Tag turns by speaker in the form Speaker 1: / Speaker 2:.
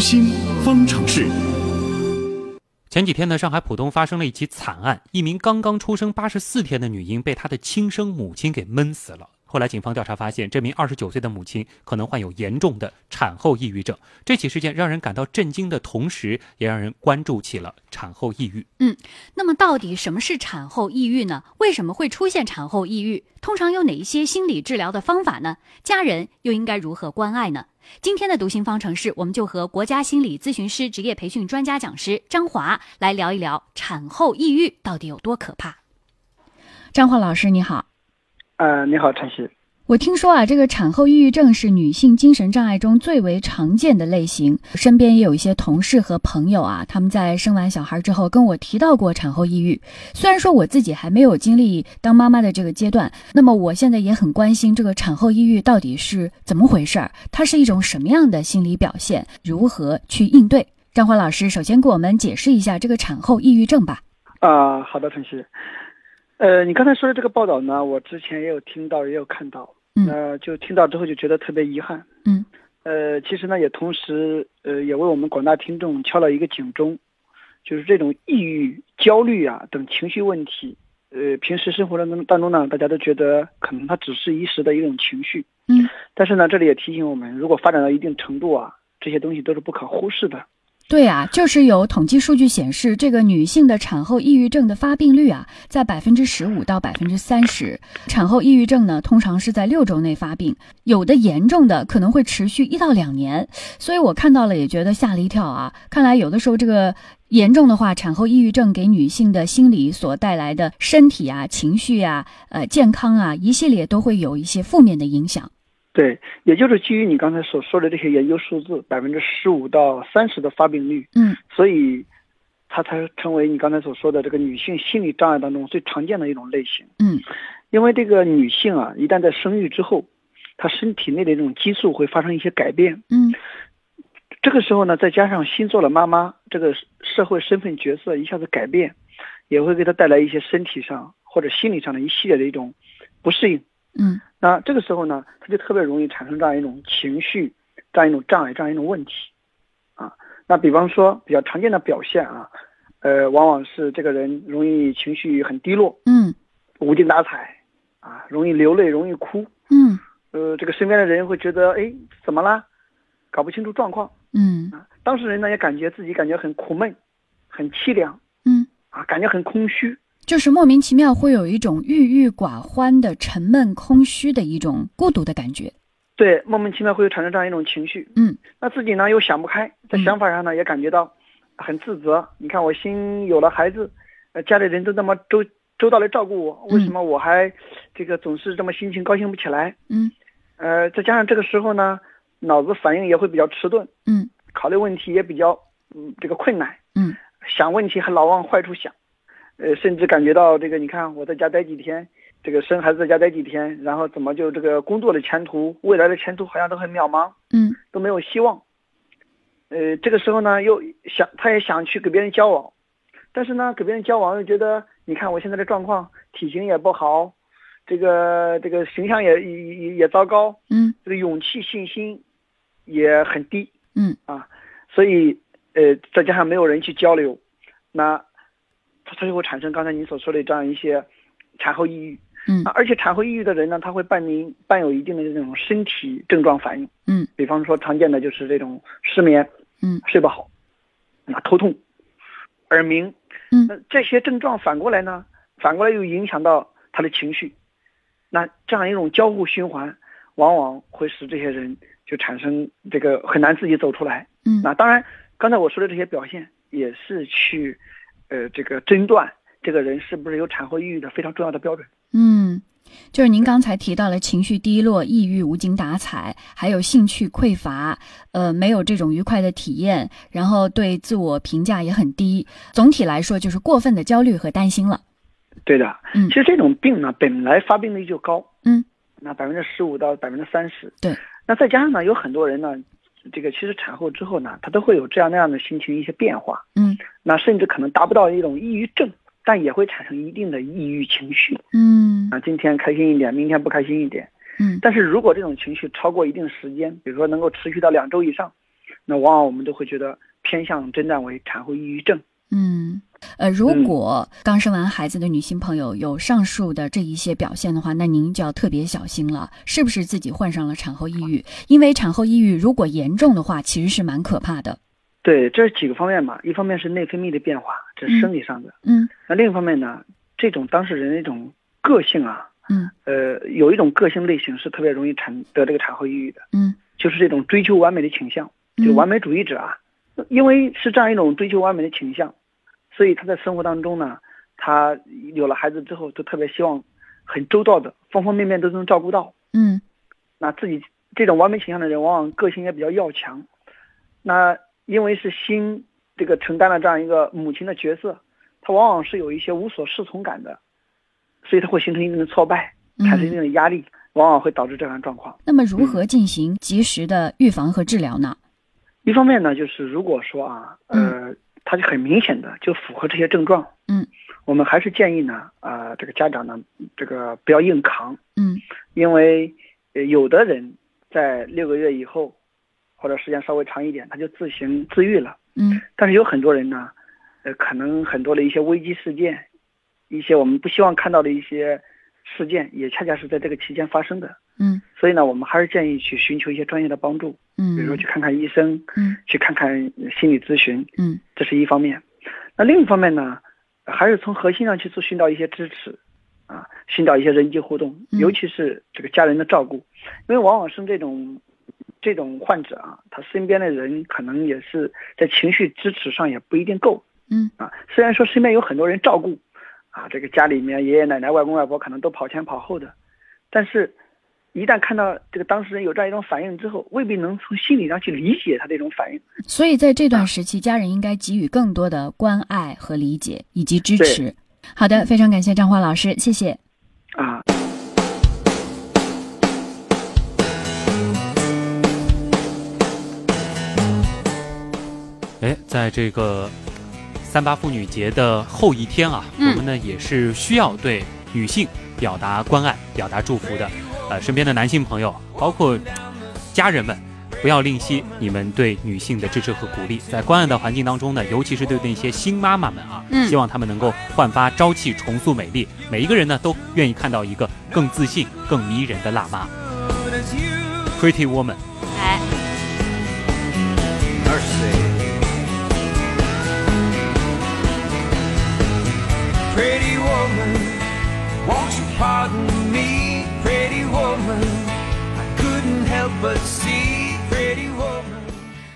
Speaker 1: 心方程式。
Speaker 2: 前几天呢，上海浦东发生了一起惨案，一名刚刚出生八十四天的女婴被她的亲生母亲给闷死了。后来警方调查发现，这名二十九岁的母亲可能患有严重的产后抑郁症。这起事件让人感到震惊的同时，也让人关注起了产后抑郁。
Speaker 3: 嗯，那么到底什么是产后抑郁呢？为什么会出现产后抑郁？通常有哪一些心理治疗的方法呢？家人又应该如何关爱呢？今天的读心方程式，我们就和国家心理咨询师职业培训专家讲师张华来聊一聊产后抑郁到底有多可怕。
Speaker 4: 张华老师，你好。
Speaker 5: 呃，你好，晨曦。
Speaker 4: 我听说啊，这个产后抑郁症是女性精神障碍中最为常见的类型。身边也有一些同事和朋友啊，他们在生完小孩之后跟我提到过产后抑郁。虽然说我自己还没有经历当妈妈的这个阶段，那么我现在也很关心这个产后抑郁到底是怎么回事儿，它是一种什么样的心理表现，如何去应对？张华老师，首先给我们解释一下这个产后抑郁症吧。
Speaker 5: 啊、呃，好的，晨曦。呃，你刚才说的这个报道呢，我之前也有听到，也有看到。
Speaker 4: 嗯、
Speaker 5: 呃，就听到之后就觉得特别遗憾。
Speaker 4: 嗯。
Speaker 5: 呃，其实呢，也同时呃，也为我们广大听众敲了一个警钟，就是这种抑郁、焦虑啊等情绪问题，呃，平时生活当当中呢，大家都觉得可能它只是一时的一种情绪。
Speaker 4: 嗯。
Speaker 5: 但是呢，这里也提醒我们，如果发展到一定程度啊，这些东西都是不可忽视的。
Speaker 4: 对啊，就是有统计数据显示，这个女性的产后抑郁症的发病率啊，在百分之十五到百分之三十。产后抑郁症呢，通常是在六周内发病，有的严重的可能会持续一到两年。所以我看到了也觉得吓了一跳啊！看来有的时候这个严重的话，产后抑郁症给女性的心理所带来的身体啊、情绪啊、呃健康啊一系列都会有一些负面的影响。
Speaker 5: 对，也就是基于你刚才所说的这些研究数字，百分之十五到三十的发病率，
Speaker 4: 嗯，
Speaker 5: 所以它才成为你刚才所说的这个女性心理障碍当中最常见的一种类型，
Speaker 4: 嗯，
Speaker 5: 因为这个女性啊，一旦在生育之后，她身体内的这种激素会发生一些改变，
Speaker 4: 嗯，
Speaker 5: 这个时候呢，再加上新做了妈妈，这个社会身份角色一下子改变，也会给她带来一些身体上或者心理上的一系列的一种不适应，
Speaker 4: 嗯。
Speaker 5: 那这个时候呢，他就特别容易产生这样一种情绪，这样一种障碍，这样一种问题，啊，那比方说比较常见的表现啊，呃，往往是这个人容易情绪很低落，
Speaker 4: 嗯，
Speaker 5: 无精打采，啊，容易流泪，容易哭，
Speaker 4: 嗯，
Speaker 5: 呃，这个身边的人会觉得，哎，怎么啦？搞不清楚状况，
Speaker 4: 嗯
Speaker 5: 啊，当事人呢也感觉自己感觉很苦闷，很凄凉，
Speaker 4: 嗯，
Speaker 5: 啊，感觉很空虚，
Speaker 4: 就是莫名其妙会有一种郁郁寡欢的沉闷、空虚的一种孤独的感觉。
Speaker 5: 对，莫名其妙会产生这样一种情绪。
Speaker 4: 嗯，
Speaker 5: 那自己呢又想不开，在想法上呢也感觉到很自责。你看，我新有了孩子，呃，家里人都那么周周到来照顾我，为什么我还这个总是这么心情高兴不起来？
Speaker 4: 嗯，
Speaker 5: 呃，再加上这个时候呢，脑子反应也会比较迟钝，
Speaker 4: 嗯，
Speaker 5: 考虑问题也比较嗯这个困难，
Speaker 4: 嗯，
Speaker 5: 想问题还老往坏处想，呃，甚至感觉到这个，你看我在家待几天，这个生孩子在家待几天，然后怎么就这个工作的前途、未来的前途好像都很渺茫，
Speaker 4: 嗯
Speaker 5: 都没有希望。呃，这个时候呢，又想他也想去给别人交往，但是呢，给别人交往又觉得，你看我现在的状况，体型也不好，这个这个形象也也也也糟糕，
Speaker 4: 嗯
Speaker 5: 这个勇气、信心也很低，
Speaker 4: 嗯
Speaker 5: 啊，所以呃，再加上没有人去交流，那它它就会产生刚才您所说的这样一些产后抑郁。
Speaker 4: 嗯
Speaker 5: 啊而且产后抑郁的人呢，他会伴临伴有一定的这种身体症状反应，
Speaker 4: 嗯，
Speaker 5: 比方说常见的就是这种失眠，
Speaker 4: 嗯，
Speaker 5: 睡不好，啊，头痛，耳鸣，
Speaker 4: 嗯
Speaker 5: 那这些症状反过来呢，反过来又影响到他的情绪，那这样一种交互循环，往往会使这些人就产生这个很难自己走出来。
Speaker 4: 嗯
Speaker 5: 那当然，刚才我说的这些表现也是去，呃，这个诊断这个人是不是有产后抑郁的非常重要的标准。
Speaker 4: 嗯，就是您刚才提到了情绪低落、抑郁、无精打采，还有兴趣匮乏，呃，没有这种愉快的体验，然后对自我评价也很低。总体来说，就是过分的焦虑和担心了。
Speaker 5: 对的，
Speaker 4: 嗯
Speaker 5: 其实这种病呢，本来发病率就高，
Speaker 4: 嗯，
Speaker 5: 那百分之十五到百分之三十，
Speaker 4: 对，
Speaker 5: 那再加上呢，有很多人呢，这个其实产后之后呢，他都会有这样那样的心情一些变化，
Speaker 4: 嗯
Speaker 5: 那甚至可能达不到一种抑郁症，但也会产生一定的抑郁情绪
Speaker 4: 嗯
Speaker 5: 啊，今天开心一点，明天不开心一点，
Speaker 4: 嗯
Speaker 5: 但是如果这种情绪超过一定时间，比如说能够持续到两周以上，那往往我们都会觉得偏向诊断为产后抑郁症。
Speaker 4: 嗯，呃，如果刚生完孩子的女性朋友有上述的这一些表现的话，那您就要特别小心了，是不是自己患上了产后抑郁？因为产后抑郁如果严重的话，其实是蛮可怕的。
Speaker 5: 对，这是几个方面嘛，一方面是内分泌的变化，这是生理上的；
Speaker 4: 嗯
Speaker 5: 那另一方面呢，这种当事人的一种个性啊，
Speaker 4: 嗯
Speaker 5: 呃，有一种个性类型是特别容易产得这个产后抑郁的，
Speaker 4: 嗯，
Speaker 5: 就是这种追求完美的倾向，就完
Speaker 4: 美。
Speaker 5: 美主义者啊。因为是这样一种追求完美的倾向，所以他在生活当中呢，他有了孩子之后，就特别希望很周到的，方方面面都能照顾到。
Speaker 4: 嗯
Speaker 5: 那自己这种完美倾向的人，往往个性也比较要强。那因为是新这个承担了这样一个母亲的角色，她往往是有一些无所适从感的，所以她会形成一定的挫败，产生一定嗯
Speaker 4: 嗯。
Speaker 5: 的压力，往往会导致这样的状况。
Speaker 4: 那么如何进行及时的预防和治疗呢？
Speaker 5: 一方面呢，就是如果说啊，呃，他就很明显的就符合这些症状，
Speaker 4: 嗯，
Speaker 5: 我们还是建议呢，啊，这个家长呢，这个不要硬扛，
Speaker 4: 嗯
Speaker 5: 因为呃有的人在六个月以后，或者时间稍微长一点，他就自行自愈了，
Speaker 4: 嗯
Speaker 5: 但是有很多人呢，呃，可能很多的一些危机事件，一些我们不希望看到的一些事件，也恰恰是在这个期间发生的，
Speaker 4: 嗯
Speaker 5: 所以呢，我们还是建议去寻求一些专业的帮助，
Speaker 4: 嗯，
Speaker 5: 比如说去看看医生，
Speaker 4: 嗯
Speaker 5: 去看看心理咨询，
Speaker 4: 嗯
Speaker 5: 这是一方面。那另一方面呢，还是从核心上去做寻找一些支持，啊，寻找一些人际互动，
Speaker 4: 嗯
Speaker 5: 尤其是这个家人的照顾，因为往往生这种这种患者啊，他身边的人可能也是在情绪支持上也不一定够
Speaker 4: 嗯
Speaker 5: 啊。虽然说身边有很多人照顾，啊，这个家里面爷爷奶奶、外公外婆可能都跑前跑后的，但是。一旦看到这个当事人有这样一种反应之后，未必能从心理上去理解他这种反应。
Speaker 4: 所以在这段时期，家人应该给予更多的关爱和理解以及支持。好的，非常感谢张华老师，谢谢。
Speaker 5: 啊。
Speaker 2: 哎，在这个三八妇女节的后一天啊，
Speaker 3: 嗯
Speaker 2: 我们呢也是需要对女性表达关爱、表达祝福的。呃，身边的男性朋友，包括家人们，不要吝惜你们对女性的支持和鼓励。在关爱的环境当中呢，尤其是对那些新妈妈们啊，
Speaker 3: 嗯
Speaker 2: 希望她们能够焕发朝气、重塑美丽。每一个人呢，都愿意看到一个更自信、更迷人的辣妈。Pretty Woman